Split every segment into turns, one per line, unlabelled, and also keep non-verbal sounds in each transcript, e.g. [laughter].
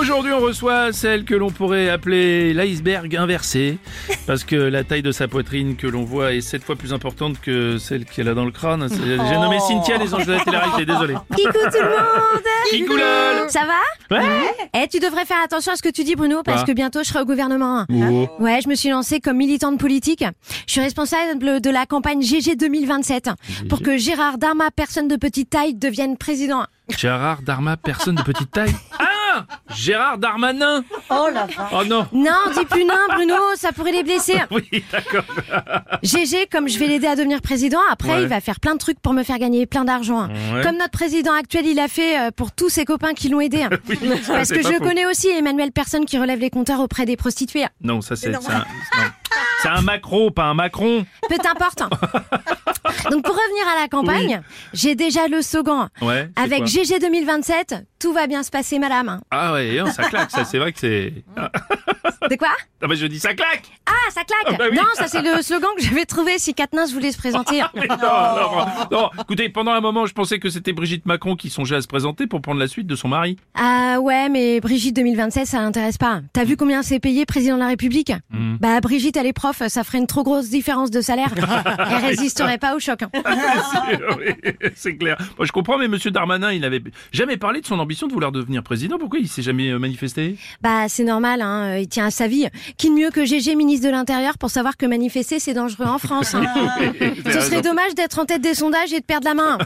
Aujourd'hui, on reçoit celle que l'on pourrait appeler l'iceberg inversé, parce que la taille de sa poitrine que l'on voit est sept fois plus importante que celle qu'elle a dans le crâne. C'est- J'ai nommé Cynthia les anges de la télé désolé.
Kikou tout le monde
Kikou lol
Ça va
Ouais.
Eh, tu devrais faire attention à ce que tu dis, Bruno, parce
Quoi
que bientôt je serai au gouvernement.
Oh.
Ouais, je me suis lancée comme militante politique. Je suis responsable de la campagne GG 2027 pour que Gérard Darma, personne de petite taille, devienne président.
Gérard Darma, personne de petite taille. Ah Gérard Darmanin
Oh la vache.
Oh non
Non, dis plus non, Bruno, ça pourrait les blesser.
Oui, d'accord.
GG, comme je vais l'aider à devenir président, après
Ouais.
il va faire plein de trucs pour me faire gagner plein d'argent.
Ouais.
Comme notre président actuel, il a fait euh, pour tous ses copains qui
[laughs]
l'ont aidé. Parce
c'est
que
pas
je
faux.
connais aussi Emmanuel Personne qui relève les compteurs auprès des prostituées.
Non, ça c'est c'est un, non. C'est un macro, pas un Macron.
Peu importe. Donc pour revenir à la campagne, j'ai déjà le slogan.
Ouais. c'est
Avec
quoi
GG 2027, tout va bien se passer, madame.
Ah ouais, hein, ça claque, ça c'est vrai que c'est. Ah,
De quoi
ah bah je dis ça claque.
Ah, ça claque
Ah bah oui. Ah,
Non, ça c'est le slogan que j'avais trouvé si Katniss voulait se présenter.
Mais [laughs] non, non, non. Écoutez, pendant un moment, je pensais que c'était Brigitte Macron qui songeait à se présenter pour prendre la suite de son mari. [laughs]
Ah ouais, mais Brigitte 2027, ça l'intéresse pas. T'as vu combien c'est payé, président de la République
Hmm.
Bah Brigitte, elle est prof, ça ferait une trop grosse différence
[laughs]
de salaire.
Ah,
elle résisterait pas au choc.
Oui, c'est clair. Moi, je comprends, mais Monsieur Darmanin, il n'avait jamais parlé de son ambition de vouloir devenir président. Pourquoi il s'est jamais euh, [laughs] manifesté
Bah c'est normal, hein, il tient à sa vie. Qui de mieux que GG, ministre de l'Intérieur, pour savoir que manifester c'est dangereux en
[laughs]
France. hein. Ce serait dommage d'être en tête des sondages et de perdre la main.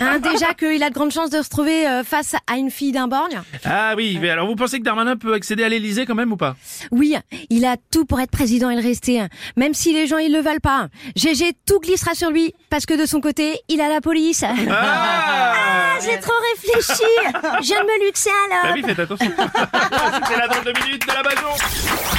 Hein, déjà qu'il a de grandes chances de se trouver euh, face à une fille d'un borgne.
Ah oui, mais alors vous pensez que Darmanin peut accéder à l'Élysée quand même ou pas
Oui, il a tout pour être président et le rester. Même si les gens ils le valent pas. GG, tout glissera sur lui. Parce que de son côté, il a la police.
Ah
Ah, j'ai trop réfléchi. Je viens de me luxer à
Ah, [laughs] Bah oui, faites attention. C'était la drôle de minute de la Bajon.